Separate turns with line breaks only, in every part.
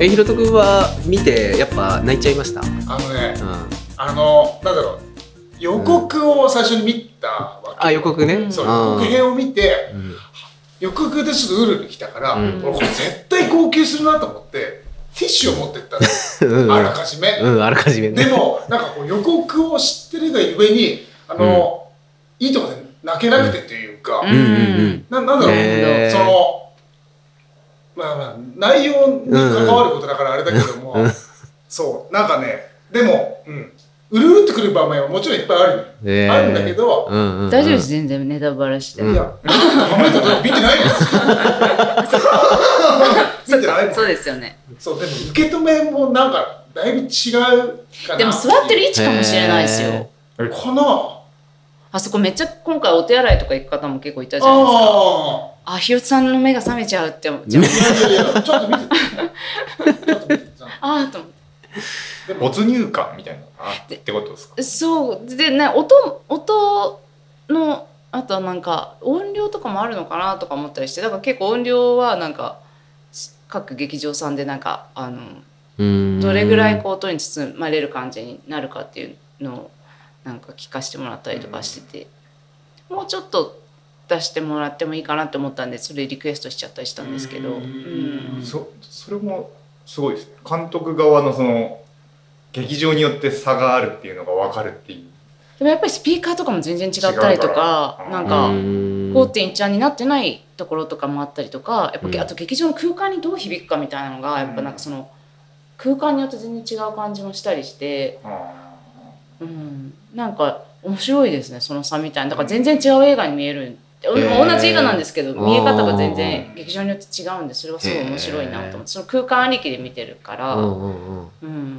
えひろとくんは見てやっぱ泣いちゃいましたう
あのね
ん
あのなんだろう予告を最初に見たわけ、
あ予告ね
そううん予告編を見て
うん
予告でちょっとウルル来たから、
うん
俺これ絶対号泣するなと思ってティッシュを持ってった
うん
のあらかじめ、
うんあらかじめ
で
ね
もなんかこう予告を知ってるがゆえにあの、いいとこで泣けなくてというか、
うんうん
ななんだろう、
へー
そのまあまあ内容に関わることだからあれだけども、
うんうん
そうなんかねでも、うん、うるうるってくる場面はもちろんいっぱいあるの、
うんえー
あるんだけど、
うんうんうん
大丈夫です全然ネタバラして、
うん
いや見てない見てないよ見てないもん
そうですよね
そうでも受け止めもなんかだいぶ違うかな
でも座ってる位置かもしれないです
へ
よ
この
あそこめっちゃ今回お手洗いとか行く方も結構いたじゃないですか
あ
あひよつさんの目が覚めちゃうって思っちゃう
あいやいやいやちょっと見て てちょっと見てて
ああと思っ
でも
没入感みたいなのかなってことですか
てそうでね音音のあとはなんか音量とかもあるのかなとか思ったりしてだから結構音量はなんか各劇場さんでなんかあの
うん
どれぐらいこう音に包まれる感じになるかっていうのをなんか聞かせてもらったりとかしてて、もうちょっと出してもらってもいいかなって思ったんでそれリクエストしちゃったりしたんですけど、
う
うんん
そそれもすごいですね監督側のその劇場によって差があるっていうのが分かるっていう
でもやっぱりスピーカーとかも全然違ったりとか
違うから
なん
う
か
ん
5.1ちゃんになってないところとかもあったりとかやっぱ、
うん
あと劇場の空間にどう響くかみたいなのがやっぱなんかその空間によって全然違う感じもしたりして。
あ
うん、なんか面白いですねその差みたいなだから全然違う映画に見える、
んへー
同じ映画なんですけど
あー
見え方が全然劇場によって違うんでそれはすごい面白いなと思ってその空間ありきで見てるか
う
ら、うん
んうんうん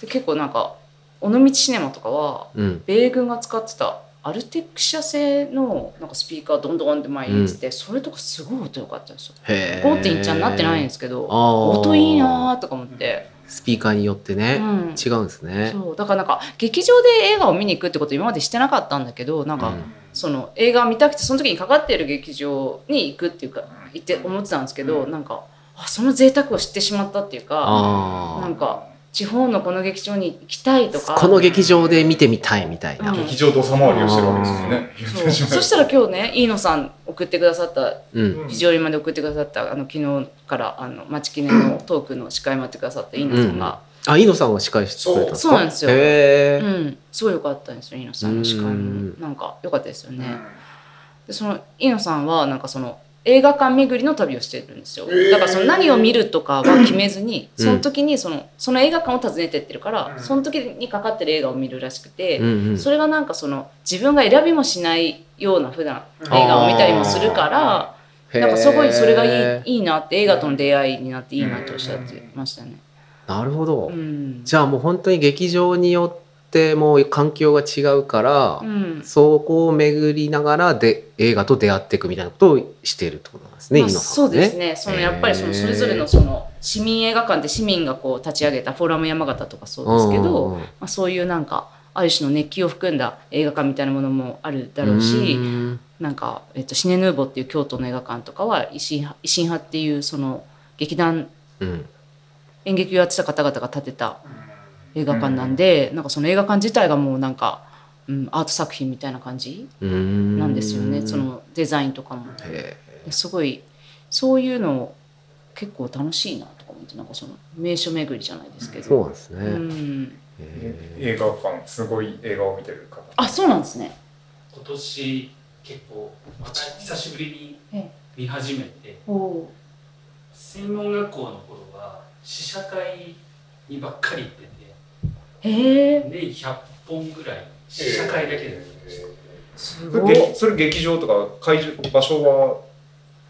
で結構なんか尾道シネマとかは
うん
米軍が使ってたアルテクシャ製のなんかスピーカーどんどんって前に入れてて、それとかすごい音良かったんですよ。
へえ
5.1ちゃんになってないんですけど
あー
音いいなーとか思って、
スピーカーによってね
うん
違うんですね
そうだからなんか劇場で映画を見に行くってこと今までしてなかったんだけどなんか、
うん
その映画を見たくてその時にかかっている劇場に行くっていうか行って思ってたんですけど、なんかあその贅沢を知ってしまったっていうかな
あ
んか地方のこの劇場に行きたいと
あ
か
この劇場で見てみたいみたいな
うん
劇場と様回りをしてるわけですよね
そうそしたら今日ね飯野さん送ってくださった
うん
非常にまで送ってくださったあの昨日からあの待ち記念のトークの司会待ってくださった飯野さんが、
あ飯野さんが司会してくれたんですか
そうそうなんですよ
へ
うん
え
すごい良かったんですよ飯野さんの司会
う
も
ん
なんか良かったですよね。
うん
でその飯野さんはなんかその映画館巡りの旅をしてるんですよ、
えー
だからその何を見るとかは決めずに、その時にそのその映画館を訪ねてってるから、
うん
その時にかかってる映画を見るらしくて、
うんうん
それがなんかその自分が選びもしないような普段映画を見たりもするから
へー
なんかすごいそれがいいいいなって映画との出会いになっていいなっておっしゃってましたね。
なるほど、
うん
じゃあもう本当に劇場によってもう環境が違うから
う、ん
そこを巡りながらで映画と出会っていくみたいなことをしているってことなんですね、
まあ
飯野さん
そ
は
うですねそのやっぱりそ
へ
の
ー
それぞれのその市民映画館って市民がこう立ち上げたフォーラム山形とかそうですけど、
うんうんうん
まあ、そういうなんかある種の熱気を含んだ映画館みたいなものもあるだろうし
うん
なんか、えっと、シネヌーボっていう京都の映画館とかは維新派維新派っていうその劇団
うん
演劇をやってた方々が建てた映画館なんで、なんかその映画館自体がもうなんか、うん、アート作品みたいな感じ
うん
なんですよね、そのデザインとかも。
へ
すごいそういうの結構楽しいなとか思ってなんかその名所巡りじゃないですけ
ー
ど。
そうなんですね、
うん
へ
映画館すごい映画を見てる方
あそうなんですね。
今年結構また久しぶりに見始めて
お
専門学校の頃は試写会にばっかり行って
へえ
て年100本ぐらい試写会だけでやってまし
す
そ
ご
れ
い。
劇それ劇場とか会場場所は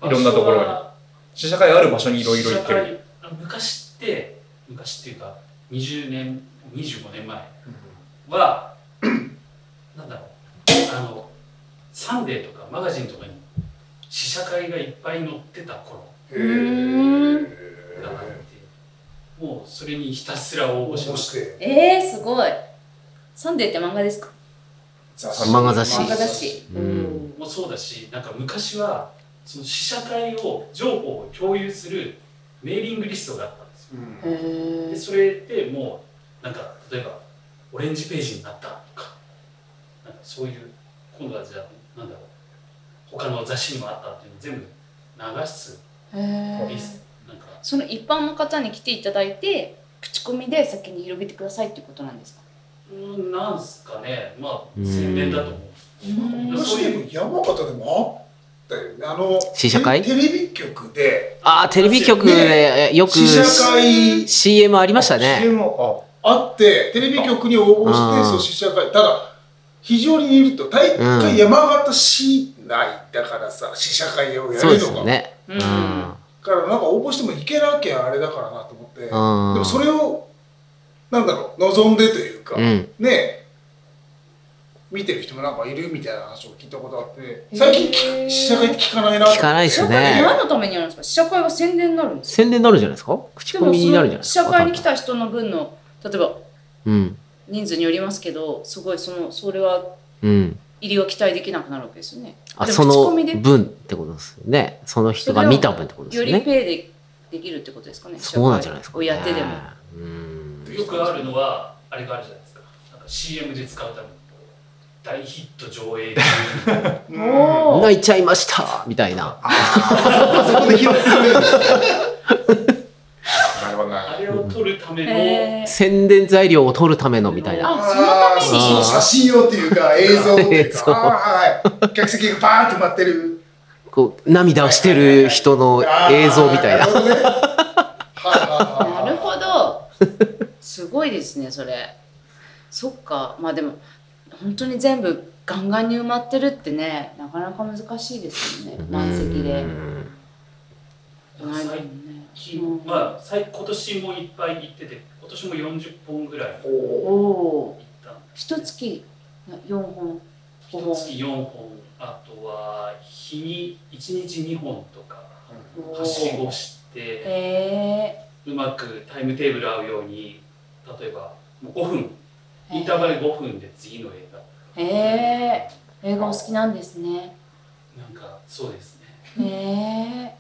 た
いろんなところに試写会ある場所にい
い
ろいろ行ってる
昔って昔っていうか20年25年前は なんだろうあのサンデーとかマガジンとかに試写会がいっぱい載ってた頃
へ
うん
があってもうそれにひたすら応募しま
面
した
白い
えー、すごい。サンデーって漫画ですか？
雑
漫画雑誌
漫画雑誌。
う
もそうだしなんか昔はその試写会を情報を共有するメーリングリストがあったんですよ
うん
へ
で
ー
それでもうなんか例えばオレンジページになったとかなんかそういう今度はじゃあなんだろう他の雑誌にもあったっていうのを全部流す
へ
リ
ー
スなんか
その一般の方に来ていただいて口コミで先に広げてくださいっていうことなんですか
うんなんすかねまあ宣伝だと思う
今年でも山形でもあったよねあの
試写会
テレビ局で
ああ、テレビ局でよく
試写会
CM ありましたね。
CM を
あってテレビ局に応募
あ
し
ー
てそう試写会ただ非常に見ると大
うん
会山形市内だからさ、試写会をや
そう
る
です
のが、
よね。
う
うんん。
だからなんか応募しても行けなきゃあれだからなと思って、で
うん。
もそれをなんだろう望んでというか、
うん。
ね見てる人もなんかいるみたいな話を聞いたことあって最近
へー
聞く試写会って聞かないな
聞かないですね。
何のためにやるんですか試写会は宣伝になるんですか
宣伝になるんじゃないですか口
で
コ
も
ミになるんじゃない
そ
ですか
の試写会に来た人の分の例えば
うん。
人数によりますけどすごいそのそれは
うん。
入りは期待できなくなるわけですよね
あ、
でも
そ
口コミ
の
で
分ってことですよね。その人が見た分ってことです
よ
よ
り
ね。
ペイでできるってことですかね
そうなんじゃないですか、ね。
試写会をやってでも
うん。
よくあるのはあれがあるじゃないですかなんか CM で使うために大ヒット上映中
あ、
おー
泣いちゃいましたみたいな。
あそこで拾ってくれるんだなるほど
あ
な
れを撮るための、
へー
宣伝材料を取るためのみたいな。
あそのために
あーそうそう写真用っていうか映像っていう
そう
かあーはい客席がバーンと埋まってる
こう、涙をしてる人の映像みたい
あ
な。
ーなるほどね
な
な
るほどすごいですねそれそっかまあでも本当に全部ガンガンに埋まってるってねなかなか難しいですよね満席で
うん
この間もね
きまあ、最今年もいっぱい行ってて今年も40本ぐらい行
お
ほ
おー
ったんで
一月四本
一
五本
月4本あとは日に1日2本とか
おー
はしごして
へ
うまくタイムテーブル合うように例えばもう5分
え
インターバル5分で次の映
へえ映画お好きなんですね
画なんかそうですね
へえ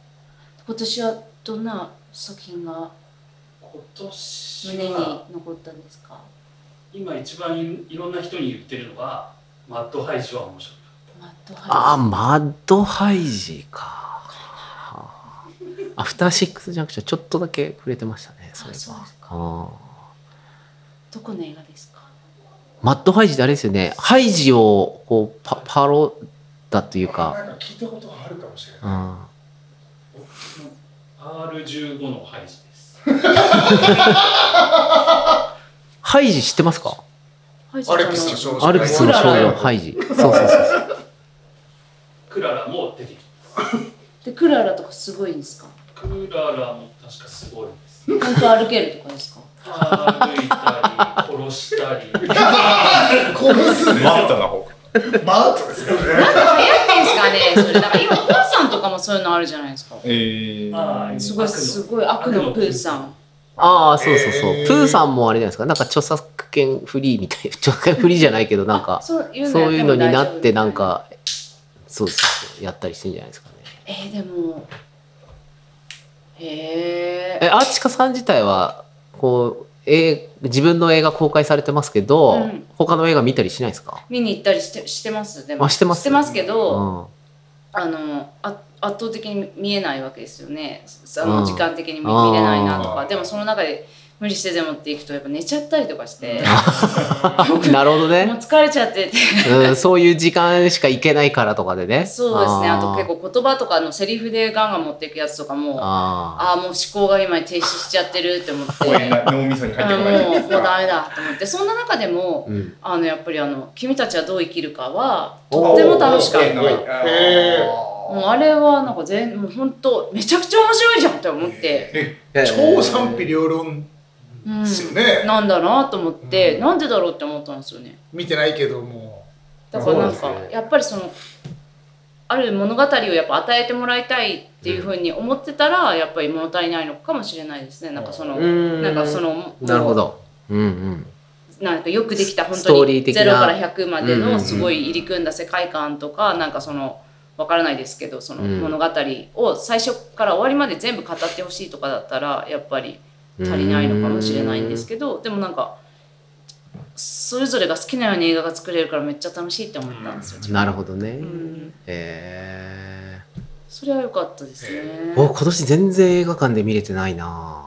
今年はどんな作品が
今年
胸に
は
残ったんですか
今一番いいろんな人に言ってるのはマッドハイジは面白い
マッド
あー、
ハ
マッドハイジか。アフターシックスジャンクションちょっとだけ触れてましたね。それ
あそう
は
ですか
あー
イどこの映画ですか
マッドハイジってあれですよね。ハイジをこうパパロだという
な
か、
んか聞いたことがあるかもしれ
う
ない、
ん、
R15 のハイジです
ハイジ知ってますか？
はい
アレックスの少女
アルプスの少
クララ
女ハイジ。そうそうそうそう。
クララも出てきます
でクララとかすごいんですか
クララも確かすごいで す。
本当歩けるとかですか
歩いたり、殺したり。
殺すんですよ
マータな方
マウトですよね
流行ってんすかねそれだから今プーさんとかもそういうのあるじゃないですか
ええ
あー
すごいすごい悪のプーさん
ああそうそうそう。
えー
プーさんもあれじゃないですか。なんか著作権フリーみたいな 著作権フリーじゃないけどなん
あ
か
そういう
そういうのになってなん
や
かそうそうやったりしてんじゃないですかね。
っても大丈夫えー、でもへ
え
え
アーチカさん自体はこう、えー自分の映画公開されてますけど、
うん
他の映画見たりしないですか？
見に行ったりしてしてますでも
あしてます
け
う
ど、
ん。
あのあ圧倒的に見えないわけですよねそあ
うん
の時間的に見見れないなと
あ
か
ー
でもその中で無理してでもっていくとやっぱ寝ちゃったりとかして
なるほど
もう
ね、
疲れちゃってて
うん、そういう時間しか行けないからとかでね
そうですねあと結
構
構言葉とかのセリフでガンガン持っていくやつとかもあ
あ
あーもう思考が今停止しちゃってるって思って。
声が脳みそに入
あ
って
ー
こない
もうもうダメだと思ってそんな中で
ー
も
うん
あのやっぱりあの「君たちはどう生きるかは」
おー
とっても楽しかった。
へ
へ
もうあれはなんか全もう本当めちゃくちゃ面白いじゃんって思って、
超賛否両論
うん
ですよね、
なんだなと思って、
うん
なんでだろうって思ったんですよね
見てないけども
だからなん
そ
か
うですね
やっぱりそのある物語をやっぱ与えてもらいたいっていうふうに思ってたら、やっぱり物足りないのかもしれないですねなんかその、
うん
なんかその
なるほ
も
どうんうん
うなんかよくできた本
ストー
当
リー
に
的な
0から100まで
うんうんう
の
ん
すごい入り組んだ世界観とか、なんかそのわからないですけどその
うん
物語を最初から終わりまで全部語ってほしいとかだったらやっぱり足りないのかもしれないんですけどでもなんかそれぞれが好きなように映画が作れるからめっちゃ楽しいって思ったんですよ。
なるほどね、
うん、
え
それは良かったですね
ー、。お今年全然映画館で見れてないな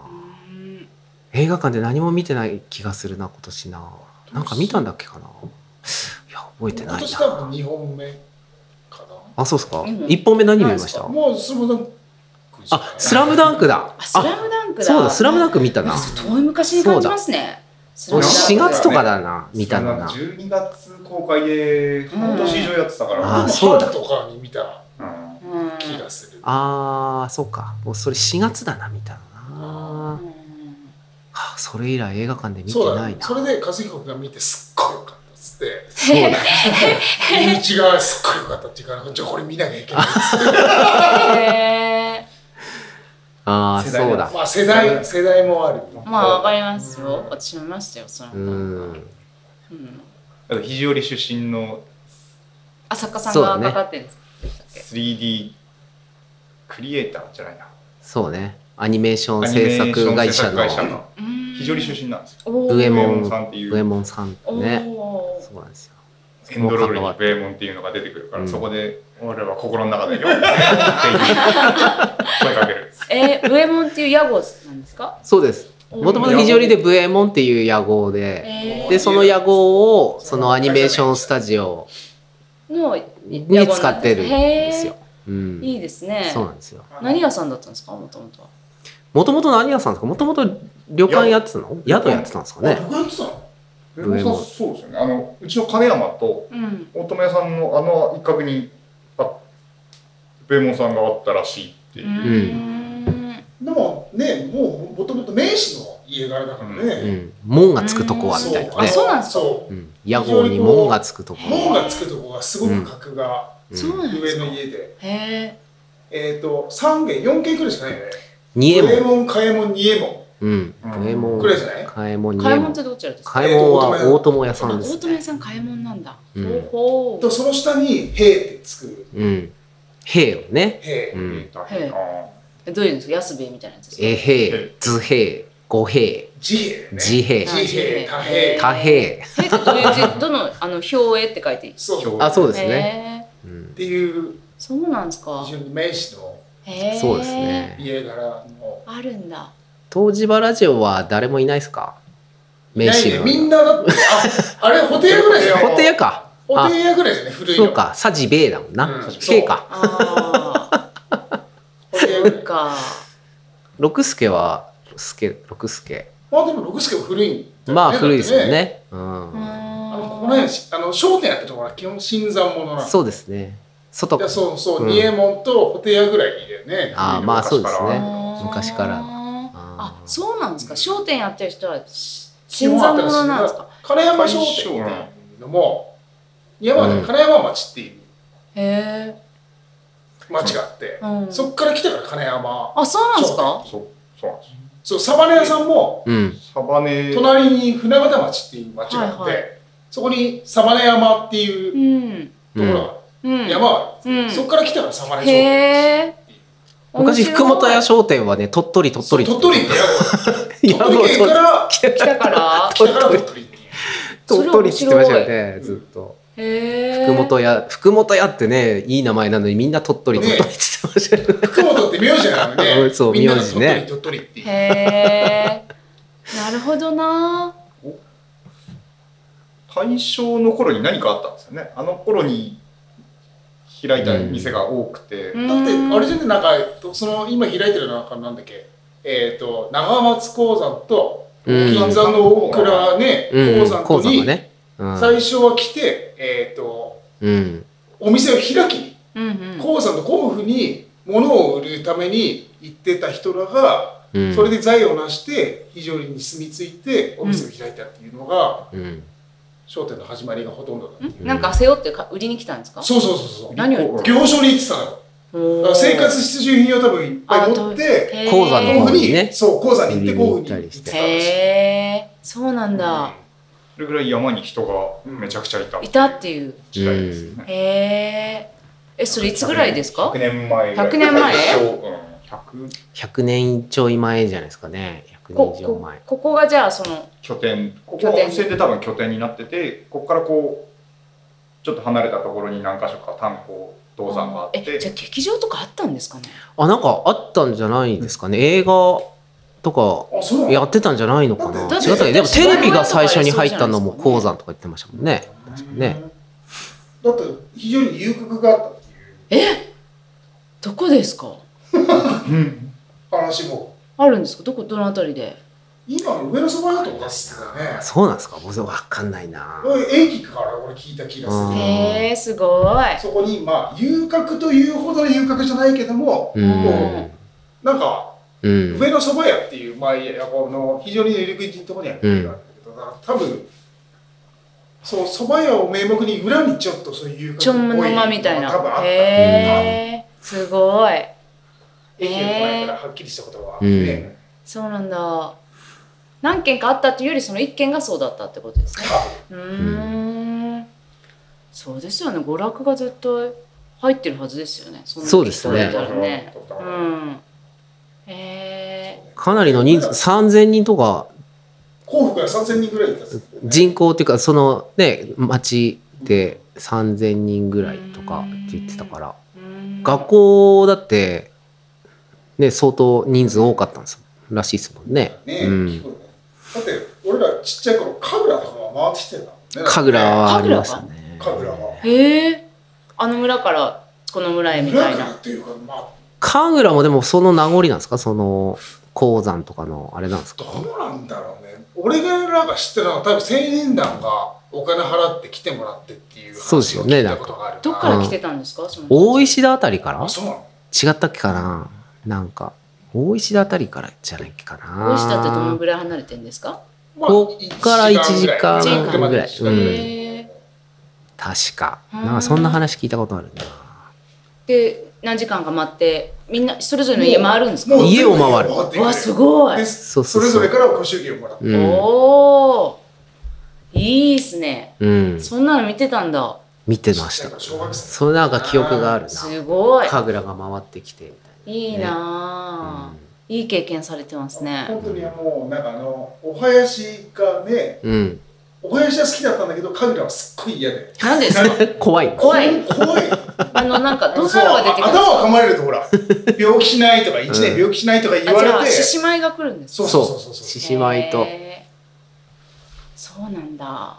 うん
映画館で何も見てない気がするな今年ななんか見たんだっけかないや覚えて
今
ない
年多
な
分2本目か
あそうですか、
うん
一本目何見まし
な
た
もうその
あスラムダンクだ
あ、スラムダンクだ。
そうだスラムダンク見たな
遠い昔に感じますね。スラムダンク
4月とかだな見たのな
12月公開で半年以上やってたか
あー
ら、
でも
そうだ
春とかに見た
うん
うん
気がする、
あーそうかもうそれ4月だな見たのな
う
は
ん
あそれ以来映画館で見て
そう
な
だ
いな
それで和彦君が見てすっごい良かったっつって
そうだ
身内がすっごい良かったっていうからじゃあこれ見なきゃ いけないっつって
へ
あー
世代
そうだ
まあ世代世代もある
ーまあわかりますよ。私も見ましたよ、スラ
う
ムダンクは。
ん
うん
あと肘折出身の
あ、作家さ
そうだ
ん
ね
がかかってるんですでしたっけ
3D クリエイターじゃないな
そうねアニメーション
アニメー
制
ション制
作
作
会社の
会社の
うん
肘折出身なんですよ
おー
上
ベ
も
ー
ん
モンさんってい
上
う
門さん
お
ね
ー
そうなんですよ
エンドロールに
その関
ベーモンっていうのが出てくるから、
うん
そこで俺は心の中で「よっ!」っていう声かける
えー、上門っていう屋号なんですか
そうですもともと肘折でブエモンっていう屋号で
え
でその屋号をそのアニメーションスタジオ
ー、の、
に使ってるんですよ。うん、
いいですね。
そうなんですよ。
何屋さんだったんですか、もともとは。
もともと何屋さんですか。もともと旅館やってたの？宿やってたんですか
ね
ね。
どこやってたの
ベーモンさんそうですよねあのうちの金山と
うん。
大友屋さんのあの一角にあベーモンさんがあったらしいっていうう、
ん。
でもねもうもともと名士の家柄だからね、
うん、門がつくとこはみたい
そ
な
う
ね
あ。そう
ね
なんですよ
うん、屋号に門がつくとこ
門
は。
がつくとこがすごく格が
うん
そうなんで
上
すか
の。家で、
へ
えっ、と3軒4軒くらいしかないよね
二右衛
上
門。
門嘉右衛門二右衛門
うん。
うん
右衛門。
くらいじゃない
嘉右衛門
え。
二右
買
衛
い物
門。
ってどっちらですか。
嘉右衛門は大友屋さんで
大
す
友屋
ね。
さん買い物なんだ。
うん
ほ
とその下に兵ってつく
うん。兵をね。
兵、
うん。
へえう。どういうんですか、安兵衛みたいなやつですか。
え兵、図兵、五兵、
自兵ね
自兵、
自兵多兵
多兵。
えどういう字、どの、あの、表絵って書いていい。
そうっ
あ、そううですね。
ね。
うん、
ていう
そうなんですか
非。常に名士の
へえ。
そうです。ね。
家柄の
あるんだ。
東芝ラジオは誰もいないですか
い
名
ない
刺
ね
の。
みんなだっ てああれ布袋屋ぐらいじゃない
ホテヤか。
布
あ
袋、屋ぐらいじゃない古いの
そうか。サジベイだもんな
うん。
ケイか。
あ
布袋屋
あ。
ぐ
そ
ら
っ
い
か。
六助は、すけ、六助。
まあでも六助も古いんだよね
まあ古いですよ
だって
ね。うん。
あのここら辺しあの商店やってるところは基本新参者なんで
そうですね。外
いやそうそう、
うん
仁右衛門と布袋屋ぐらいだよね。
ああ、まあそうですね。昔
昔
から
あ
あー
そうなんですか商店やってる人はし新参者なんですか
金山商店っていうのも、山形
うん
に金山町っていう
へ
町があって
え、、うん、
そっから来たから金山。
あそうなんですか
そうそうなんです
そう、サバネ屋さんも、
うん。
サバネ
隣に船形町っていう町があって、
はいは
そこにサバネ山っていううと
ん
う
ころ
ん、
う
が、
ん
山は、
うん
そっから来たからサバネ商
へ
店。
え
昔、福本屋商店はね、鳥取、鳥
そう
取。
鳥取って
い
鳥
や
取県から
来たから
来たから鳥取っていう。
鳥取って言ってましたよね、
それ面白い
ずっと。
へ え
福本屋、福本屋ってね、いい名前なのにみんな鳥取、鳥取って言ってましたよね。。
福本って名字なの ね
そう
みんなが
名字ね
鳥取鳥取っていう。
へえなるほどな
大正の頃に何かあったんですよねあの頃に開いた店が多くて、
だってあれじ
ゃ
ゃねなんかえっとその今開いてる中なんだっけえっ、と長松鉱山と
うん
金山の大倉ね、
うん
鉱山。
鉱
と
山
に、
がね。うん
最初は来てえっ、と
うん。
お店を開き
うんうん
鉱山と甲府に物を売るために行ってた人らが、
うん。
それで財を成して非常に住み着いてお店を開いたっていうのが、
うん。
商店の始まりがほとんどだった、
んなんか背負ってか売りに来たんですか
そうそうそうそう
何を言っ
行商に行ってたのよだから生活必需品を多分いっぱい持って
へー
鉱山の
甲
方
府
に
に、
ね
そう、鉱山に行って甲府に
行ったりして
へえそうなんだ、
それぐらい山に人がめちゃくちゃいた
いたっていう
時代ですね、
へええそれいつぐらいですか
100年前ぐらい
100年前
大正うん100
100年ちょい前じゃないですかね。
こ
120
こ
万円
ここがじゃあその
拠点ここ
拠
の
点
お店で多分拠点になっててここからこうちょっと離れたところに何か所か炭鉱銅山があっ
えじゃあ
て
劇場とかあったんですかね
あなんかあったんじゃないですかね映画と
あ、そうな
か
の
やってたんじゃないのかな違っ
だ
た
って
っけでも
だって
テレビが最初に入ったのも鉱山とか言ってましたもんね確かにね
だって非常に遊郭があっ
どこですか
た話も
あるんですかどこどのあたりで
今の上のそば屋とかしてたね
そうなんですか僕わかんないな
これ駅から俺聞いた気がす
うん
る
へえすごい
そこにまあ遊郭というほどの遊郭じゃないけども
うん
なんか
うん
上のそば屋っていうまあいやこの非常に入り口のところにある駅があるんだけどだから多分そうそば屋を名目に裏にちょっとそういう遊
ちょん
郭っぽ
の
い
間みたい
のが多分あっ
な
た
へえすごい
駅の前からはっきりしたことはね
そうなんだ何件かあったっていうよりその1件がそうだったってことですねうーんそうですよね娯楽が絶対入ってるはずですよねそんな
そうですね
人だったらね
そう
う
だ
んへえ
かなりの人数3000人とか
幸福が3000人ぐらいいたんですけどね
人口っていうかそのね町で3,000人ぐらいとかって言ってたから学校だってね相当人数多かったんですらしいですもんね。
ね、
うん
聞くよねだって俺らちっちゃい頃神楽とかは回ってきてたもんね
神楽はありましたね。
神楽は
へえあの村からこの村へみたい
村から
な
っていうかまあ
神楽もでもその名残なんですかその鉱山とかのあれなんですか
どうなんだろうね俺がらが知ってるのは多分青年団がお金払って来てもらってっていう
そうです
話
よ
を
ね
聞いたことがあるな
どっから来てたんですかその人たち
大石田あたりから
あそうなの
違ったっけかななんか大石田あたりからじゃないっけかな。
大石田ってどのぐらい離れてんですか
ま
こっから
一
1
時
時
間
ぐらい
一時間ぐらい
へえ
確か。
う
なんんかそんな話聞いたことあるな。
で何時間か待ってみんなそれぞれの家回るんですか
う家を回る
もう全部家を回っていく
わあすごい
で
そうそ
そう
そう
れぞれからご祝儀をもらって、
うん
おおいいっすね
うん、
そんなの見てたんだ
見てました
なんか小学生
それなんか記憶がある
すごい
な神楽が回ってきてみたいない
いなあ、いい経験されてますね
本当にあのなんかあのお囃子がね
うん、
お囃子は好きだったんだけど神楽はすっごい嫌で
何です か
うん、 怖い
怖い
怖い
あのなんかどん
そう
なのが出てくるんです
頭を
か
噛まれると ほら病気しないとか1年病気しないとか言
あ
わ
じ
れ
ゃあ
て
獅子舞が来るんです
そ
か
うそうそうそう
獅子舞と
へえそうなんだ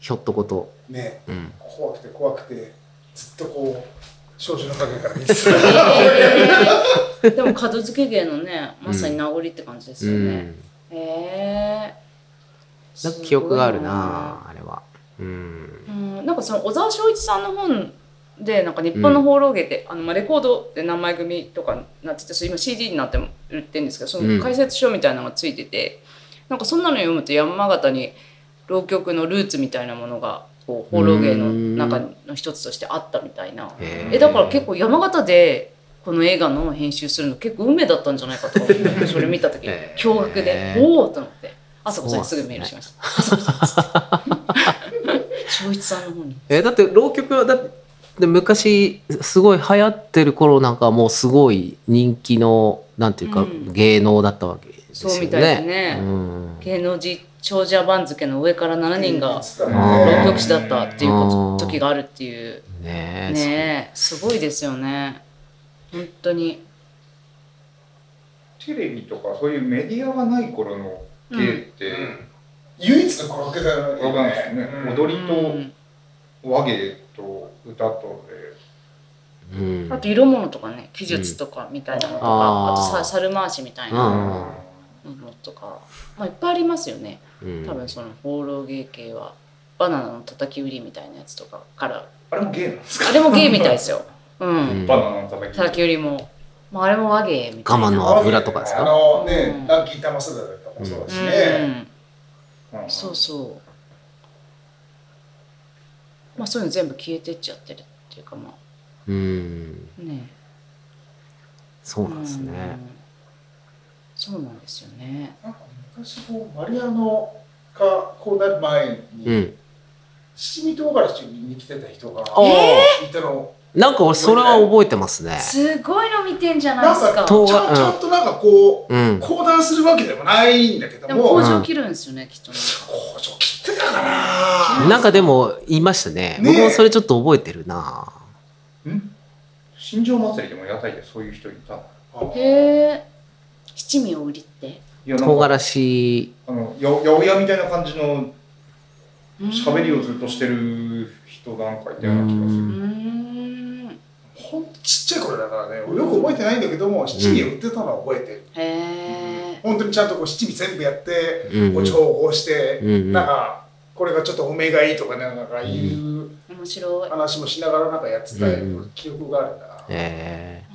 ひょっとこと、
ね
うん、
怖くて怖くてずっとこう少女の影から見てた
へえでも門付け芸のねまさに名残って感じですよね、へえ
なんか記憶があるなあれはうん
うん、なんかその小沢昭一さんの本でなんか日本の放浪芸って、あのまあレコードで何枚組とかになっててそれ今 CD になっても売ってるんですけどそ
うん
の解説書みたいなのがついてて、なんかそんなの読むと山形に浪曲のルーツみたいなものがこう放浪芸の中の一つとしてあったみたいな。
え
えだから結構山形でこの映画の編集するの結構運命だったんじゃないかとか 思ってそれ見た時
えー
驚愕でおおと思って朝子さんにすぐメールしました朝子さんっつ って正一さんの方に
えだって浪曲はだって昔すごい流行ってる頃なんかもうすごい人気のなんていうか、
うん
芸能だったわけですよね
そうみたいですね
うん、
芸能人長者番付の上から7人が
あ
浪
ー
曲師だったっていうこ
あー
と時があるっていう
ねえ
ねえすごいですよね本当に
テレビとかそういうメディアがない頃の芸って、
唯一のコロッケだよ
わかんないですね、
うん
踊り
うん
と和芸と歌とで
うん、
あと色物とかね技術とかみたいなのとか、
うんあー
あとさ猿回しみたいな、
うん
のとか、まあ、いっぱいありますよね
うん
多分その放浪芸系はバナナの叩き売りみたいなやつとかから
あれも芸なんですか
あれも芸みたい ですようん、
うん
バナナの叩き
叩き売りも、まあ、あれも和芸みたいな
我慢の油とかですか
あのね、
うん
ランキー玉すだとかもそうだしね、
うん
うん、そうそうまあそういうの全部消えてっちゃってるっていうかま
うん、
あね
そうなんですね、
うんそうなんですよね
なんか昔こうマリアのがこうなる前に、
うん。
七味唐辛子に来てた人が
あー
いたのを
なんか俺それは覚えてますね。
すごいの見てんじゃないです
なん
か。
と
ちゃんちゃんとなんかこ
う
う、
ん。
講談するわけでもないんだけど
でも
も、
工
工
場切るんですよね、きっとね。
場切ってたかな
なんかでも言いましたね。
ねえ
僕もそれちょっと覚えてるな。
新庄祭りでも屋台でそういう人いたい
へえ。
七味を売りって。
やなん
唐
か
辛子、
あのや八百屋みたいな感じの喋りをずっとしてる人なんかいたよ
う
うな気がする
うー
ん
ん。
ほんとちっちゃい頃だからね、俺よく覚えてないんだけども、七味売ってたのは覚えてる。
へえ。
本当にちゃんとこう七味全部やって、
うん
こう調合して、
うんうん
なんか、これがちょっとおめがいいとかねなんかいう
面白い。
話もしながらなんかやってた
うん
記憶があるんだな。
えー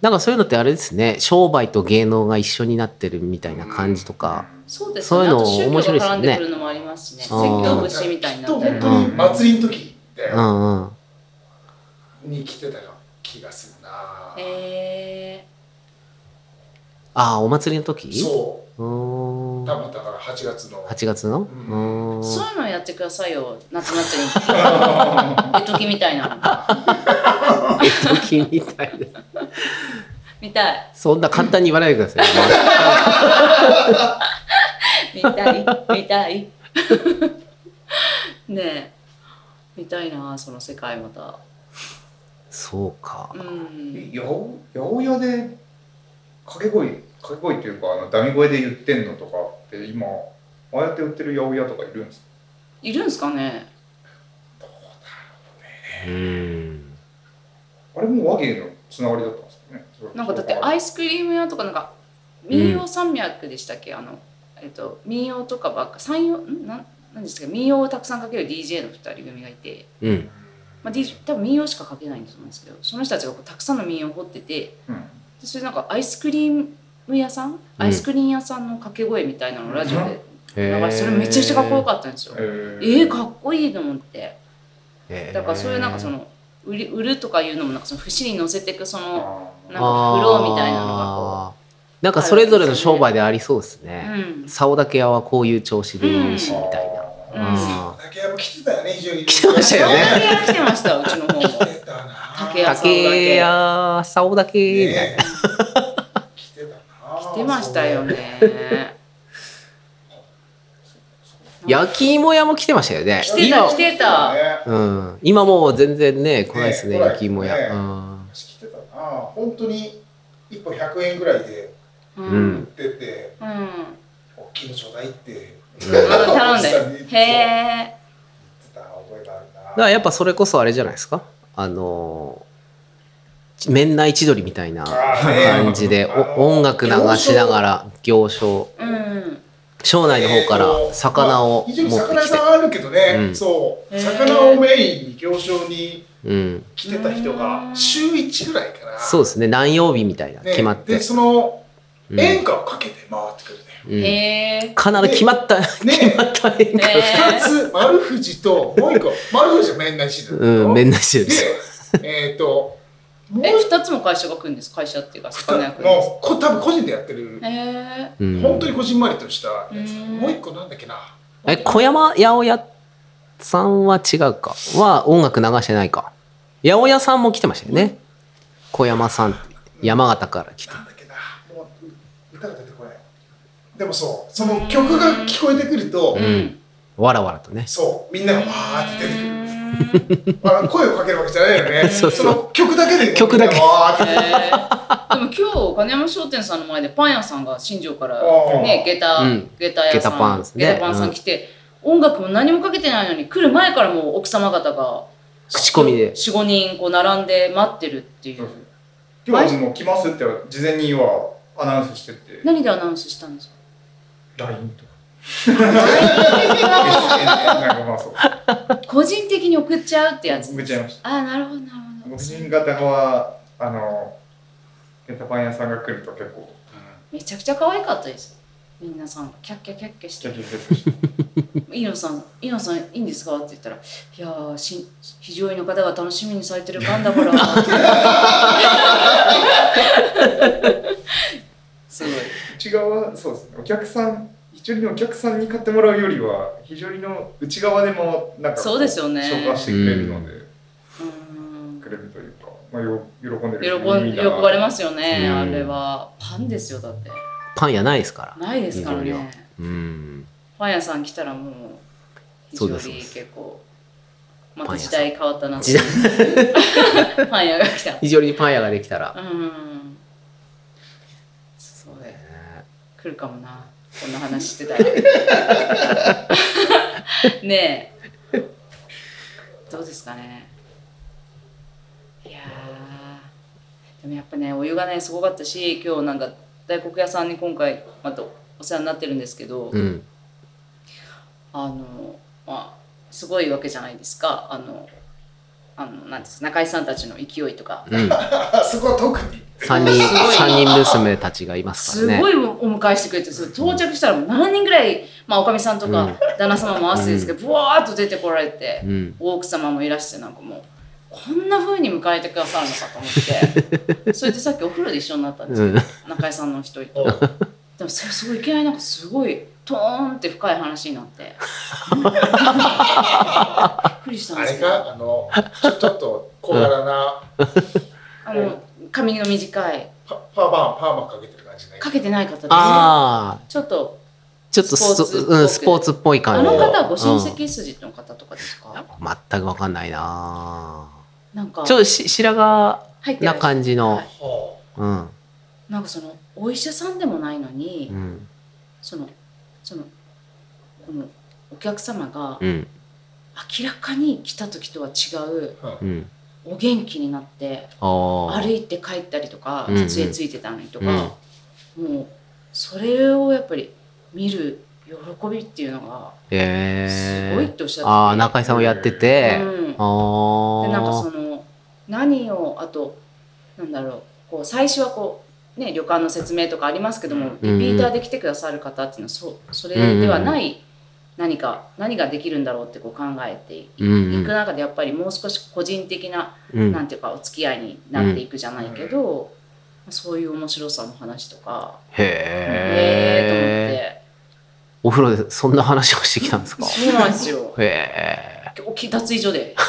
なんかそういうのってあれですね。商売と芸能が一緒になってるみたいな感じとか。
そうです
そういうの面
あと
白いで
宗教
すよ
が絡ん
ね
でくるのもありますし
あ
ね。説
ー
教節みたいにな
と
ってる
本。当に祭りの時だ
う
よ
んうん。
に来てたよ気がするな、
へえ。
ああ、お祭りの時
そうう
ーん
多分だから8月の
8月の
う
うーん
そういうのやってくださいよ、夏祭 りに。えときみたいな。
時みたいな。
見たい。
そんな簡単に言わないでください。
見たい。見たい。ねえ。見たいな、その世界また。
そうか
う。ん。
え八百八百屋で掛け声掛け声っていうかあのダミ声で言ってんのとかって今ああやって売ってる八百屋とかいるんですか
いるんすかね。
うん。
あれも和芸のつながりだったんですかねそれ
なんかだって
そう
アイスクリーム屋とかなんか民謡山脈でしたっけ、あのえっと民謡とかばっか山陽んなんなんですか民謡をたくさんかける DJ の2人組がいて、
うん。
まあ、DJ 多分民謡しかかけないんだと思うんですけどその人たちがこうたくさんの民謡を掘ってて
うん
でそれなんかアイスクリーム屋さんアイスクリーム屋さんの掛け声みたいなのをラジオで流
へ
れ
ー
てそれめちゃくちゃかっこよかったんですよ。
えー
えー、かっこいいと思って
へー
だからそういうなんかその売り売るとかいうのもなんかその節に乗せていくその
あー
なんかフローみたいなのがこう。
あーなんかそれぞれの商売でありそうですね。
うん
竿だけ屋はこういう調子でいいしみたい
うん
な。うん
竹山来てたよね非常に
来てましたよね
竹屋来てました、うちの方も。
来てたな
竹山
竹や竿だけみたい
ね来てたな
来てましたよね。
な。焼き芋屋も来てましたよね。
来てた
今
来てた
ね
うん。今もう全然ね来ないですね
ね
焼き芋
来ない
屋。
ね
うん
昔来てたな本当に1本100円ぐらいで
う。
うんん。
出て
うん。あ
大きいのちょうだいって
頼ん
おじさに
で
言。って
へえ。
た覚えがある
だか
な
らやっぱそれこそあれじゃないですか。あのー面内千鳥みたいな感じで
あーね
お音楽流しながら行商
うん。
庄内の方から魚を
え
持
ー
っ
と
て
まあ
き
非常に魚屋
て
さ。んあるけどね、
うん
そう
へー
魚をメインに行商に
うん。
来てた人が週1ぐらいかな
そうですね何曜日みたいな
ね
決まって
で。その
うん
演歌をかけて回ってくるね、
うん
へえ。
必ず決まった、
ね
決まった演歌、
ね
2つ丸藤ともう1個 丸藤は面内シーズン
うん、面なし
で
です。
えっ、ともう
え、
1
二つも会社が来るんです。会社っていうか、
個
魚屋来るんです。
のこ多分個人でやってる
へえ。
うん、
本当にこじんまりとしたやつ
うん
もう1個なんだっけな
え、小山八百屋さんは違うか。は音楽流してないか。八百屋さんも来てましたよね。小山さん、山形から来て。
なんだっけなもう歌が出てこないでもそうその曲が聞こえてくると、
うん。わらわらとね。
そうみんながわーって出てくるまあ、声をかけるわけじゃないよね。
そうそう
の曲だけで。
曲だけ
わーって。
へーでも今日金山商店さんの前でパン屋さんが新庄から
あー
ね下駄、
うん
下駄屋さ
下
ん
駄パンですね
下駄パンさん来て、音楽も何もかけてないのに来る前からもう奥様方が
口コミで。
45人こう並んで待ってるっていう、
そうそう今日はもう来ますって事前にはアナウンスしてって
何でアナウンスしたんですか
LINE とか
あ
SNS なんかまあそう
ー個人的に送っちゃうってやつ
送っちゃいまし
ああなるほどな
た
るほ
ご
ど
婦人方はあのケタパン屋さんが来ると結構
めちゃくちゃ可愛かったですみんなさんがキャッキャキャッキャし
キャ
て
キャキャキャし
「
て
イノさんイノさんいいんですか?」って言ったら「いやーし非常にの方が楽しみにされてる番だから」すごい。
内側そうですねお客さん非常にお客さんに買ってもらうよりは非常にの内側でもなんかこ
そうですよね
紹介してくれるので、
うーん
くれるというか、まあ、よ喜んでる
喜ん
意味
喜
だな
ばれますよね、
うん
あれはパンですよだって
パン屋ないですから。
ないですから
非常に
ね
うん。
パン屋さん来たらもう非
そう
常
で
に
すそうです
結構ま
パン屋
た
さん
時代変わったな
時代
代パン屋が来 た
非常にパン屋ができたら。
うんそうだよ
ね
来るかもなこんな話してたら ねえどうですかねいやーでもやっぱねお湯がねすごかったし今日なんか大黒屋さんに今回またお世話になってるんですけど、
うん。
あのまあすごいわけじゃないですかあのあのなんですか中井さんたちの勢いとか
うん。
あそこは特に。
三人、三人娘たちがいます
す
からね。
ごいお迎えしてくれてそれ到着したらもう7人ぐらい、まあ、おかみさんと
うん
か旦那様も合わせてですけど、ブワーッと出てこられて、
うん。
大奥様もいらしてなんかもうこんな風に迎えてくださるのかと思っ てそれでさっきお風呂で一緒になったんです
う
よ、
ん。
中井さんの一人と。でもそれすごいいきなりなんかすごいトーンって深い話に なって。びっくりしたん
あ
ですけ
れ
ど
か、あの、ちょちょっと小柄な
あの髪の短い
パパーマン、パーマンかけてる感じね。
かけてない方です
ああ、
ちょっと
ちょっとス
スポーツっぽく
うん、スポーツっぽい
あ
感じ。
の方はご親戚筋の方とかですか、
うん全くわかんないな
なんか
ぁちょっとし白髪
入ってら
な
っしゃ
感じの
は。い
は
うん。
なんかそのお医者さんでもないのに、
うん。
そのそのこのお客様が
うん。
明らかに来た時とは違う
うん。
お元気になって
ああ。
歩いて帰ったりとか
うんうん
杖ついてたのにとか、もうそれをやっぱり見る喜びっていうのが
ええ
すごいっておっしゃってて、
ああ、中井さんをやってて。
うん、
ああ。
でなんかその何をあとなんだろうこう最初はこう、ね、旅館の説明とかありますけども
うん
リピーターで来てくださる方っていうのはそそれではない何か何ができるんだろうってこう考えてい
うんうん
いく中でやっぱりもう少し個人的な
うん
なんていうかお付き合いになっていくじゃないけどそういう面白さの話とか
へえ。
え
お風呂でそんな話をしてきたんです
と
か
思ってそうなんですよ。
へえ。
結構脱衣所で脱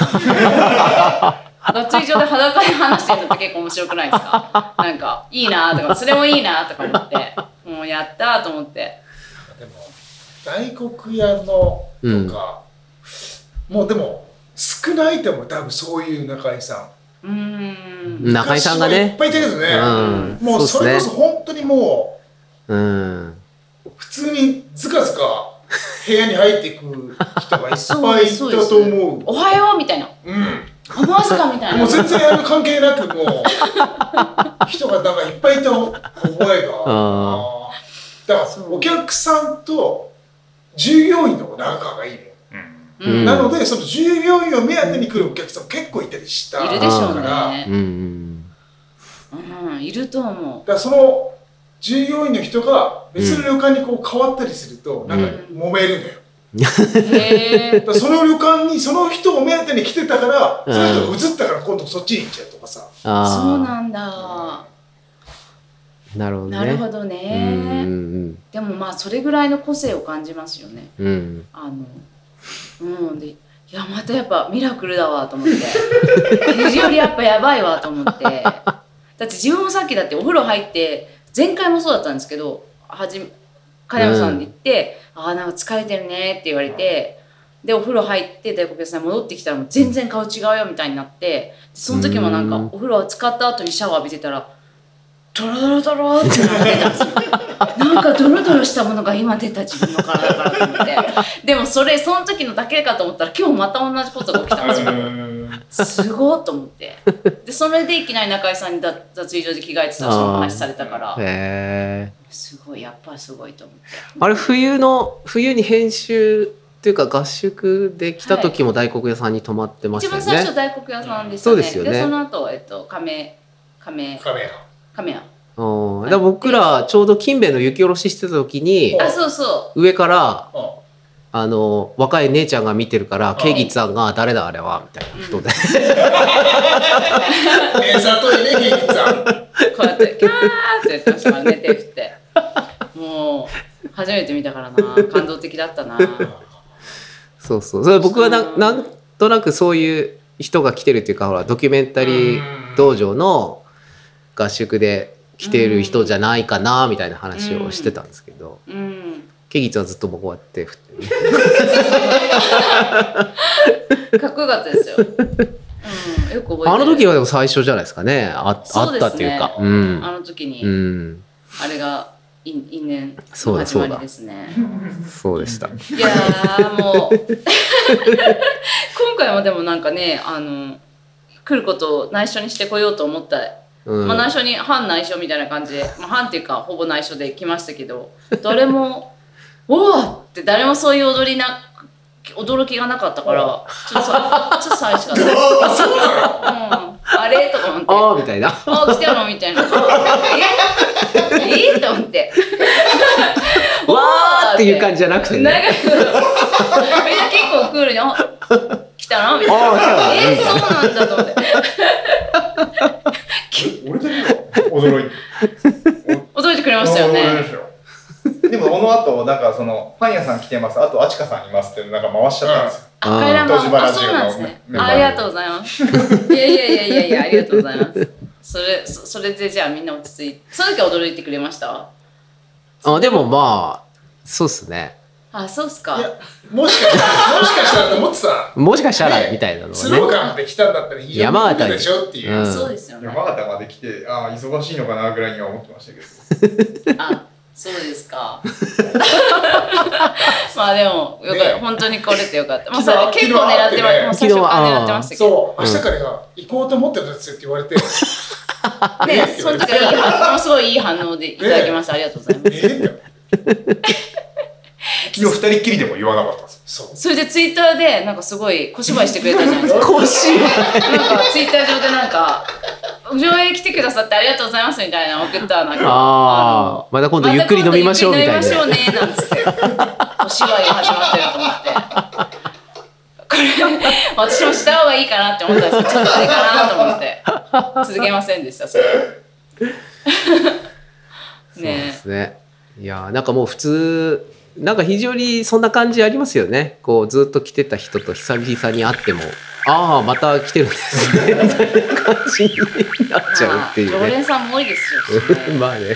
衣所で裸で話してるのって結構面白くないですかなんかいいなとかそれもいいなとか思ってもうやったーと思って
あでも、大黒屋の
うん
とか、もうでも、少ないとも多分そういう中井さ
うーん
中井さんが
昔はい
ね
っ。ぱいいたけどね。
うん。
もうそ
う
れこ
っす
そ
ね。
本当にも
うん。
う、普通にずかずか部屋に入っていく人がいっぱいい た
そうです
と思う。
おはようみたいな
うん。
このずかみたい
も
な
う全然あの関係なくもう人がなんかいっぱいいた覚えが
あ
だからお客さんと従業員の仲がいいの、
うん
う
うん
ん、い
なのでその従業員を目当てに来るお客さんも結構いたりした
るでしょう
だからだ
う
ね、
ん。
うん、いると思
からその従業員の人が別の旅館にこう変わったりするとなんか揉めるのよ、
うへ
だ
え
からその旅館にその人を目当てに来てたから、
うん
その人が移ったから今度そっちに行っちゃうとかさ
ああ。
そうなんだ
なるほどね。
なるほど
うん
ねでもまあそれぐらいの個性を感じますよね
うんうん。
あの、うん、で、いや、またやっぱミラクルだわと思って。水よりやっぱやばいわと思って。だって自分もさっきだってお風呂入って、前回もそうだったんですけど、はじめ、金山さんに行って、ああ、なんか疲れてるねって言われて、で、お風呂入って、大黒屋さんに戻ってきたら、もう全然顔違うよみたいになって、でその時もなんか、
うん
お風呂は使った後にシャワー浴びてたら、ドロドロドロってなってたんですよ。なんかドロドロしたものが今出た自分の体からと思ってでもそれその時のだけかと思ったら今日また同じことが起きたんですよすごいと思ってでそれでいきなり中居さんに脱脱衣所で着替えてたその話されたから
へえ。
すごいやっぱりすごいと思って
あれ冬の冬に編集っていうか合宿で来た時も大黒屋さんに泊まってまし
一
た
番
よ
最初
ね。
大黒屋さんでし
そ
た
う
ね
ですよね
その後、えっと亀亀
カメラ
亀屋
うん。だから僕らちょうど金兵衛の雪下ろししてた時に
はい
あそうそ
上から
うん
あの若い姉ちゃんが見てるから慶吉さんが誰だあれはみたいなことで。
えー、里井ね、芸人さん。
うこうやってキャーって言ってましたからね手振ってもう初めて見たからな感動的だったな
そうそう。それ僕はな
そう
なんとなくそういう人が来てるっていうかほらドキュメンタリー道場の合宿で来てる人じゃないかなみたいな話をしてたんですけど、
うん
ケギツはずっと僕こうやって振ってる
かっこよかったですよ、うん、よく覚えてる
あの時はでも最初じゃないですかねあ
そう
あっ
ですね
たっていうかうん
あの時に、
うん
あれが因因縁
そう
の
だ
始
そ
ま
うだ
りですね
そうでした
いやーもう 今回はでもなんかねあの来ることを内緒にしてこようと思った、
うん
まあ、内緒に半内緒みたいな感じで、まあ、半っていうかほぼ内緒で来ましたけど誰も 「おお!」って誰もそういう踊りな驚きがなかったからちょっ とさちょっと寂しかった、
あそうな
う
の
ん、あれとか思って。
ああみたいな
あ来たのみたいな。 ええと思って。
わーっていう感じじゃ なくてね
なんかみんな結構クールに、あ来たのみたい
あ来たの
な。えー、そうなんだと思って。
俺だけが驚いて
驚いてくれましたよね。
でもこの後なんかそのパン屋さん来てますあとあちかさんいますってなんか回しちゃったんですよ、
あー
あ、回覧板
東芝
あ、
ラジ
そう
オ
なん
の
ですね。
メンバー
ありがとうございます。いやいやいやいやいや、ありがとうございます。それ、そそれでじゃあみんな落ち着いて、その時は驚いてくれました
あでもまあそうっすね
あ、そうっす
い
か。
やもしかしたらもしかしたらと思ってた
もしかしたらみたいなの
スロー
はね
ガンで来たんだったら非常に
山
いい
形に
でしょっていう、
うん
そうですよね。
山形まで来てああ忙しいのかなぐらいには思ってましたけど
あ、そうですか。 まあでもよかった、
ね
本当に来れてよかった。もう
昨日
さ結構狙ってま
昨日
もう最初から狙ってましたけど。
そう明日からが行こうと思ってたんですよって言われ て
ね、その時はいい反応、もうすごいいい反応でいただきました。ありがとうございま
えーって
昨日二人っきりでも言わなかったです
そう
す。それでツイッターでなんかすごい小芝居してくれたじゃないですか。
腰
なんかツイッター上でなんか上映来てくださってありがとうございますみたいなの送ったなんか。
ああまた今度ゆっくり飲みましょうみたい
また今
な
度ゆっくり飲みましょうねなんつってお芝居が始まってると思ってこれ私もした方がいいかなって思ったんですけどちょっとあれかなと思って続けませんでしたそれ
そうで
ね
すね。いやーなんかもう普通なんか非常にそんな感じありますよね。こうずっと来てた人と久々に会ってもああまた来てるんですねみたいな感じになっちゃうっていう
常
ね。
連さんも多いですよ、
まあね。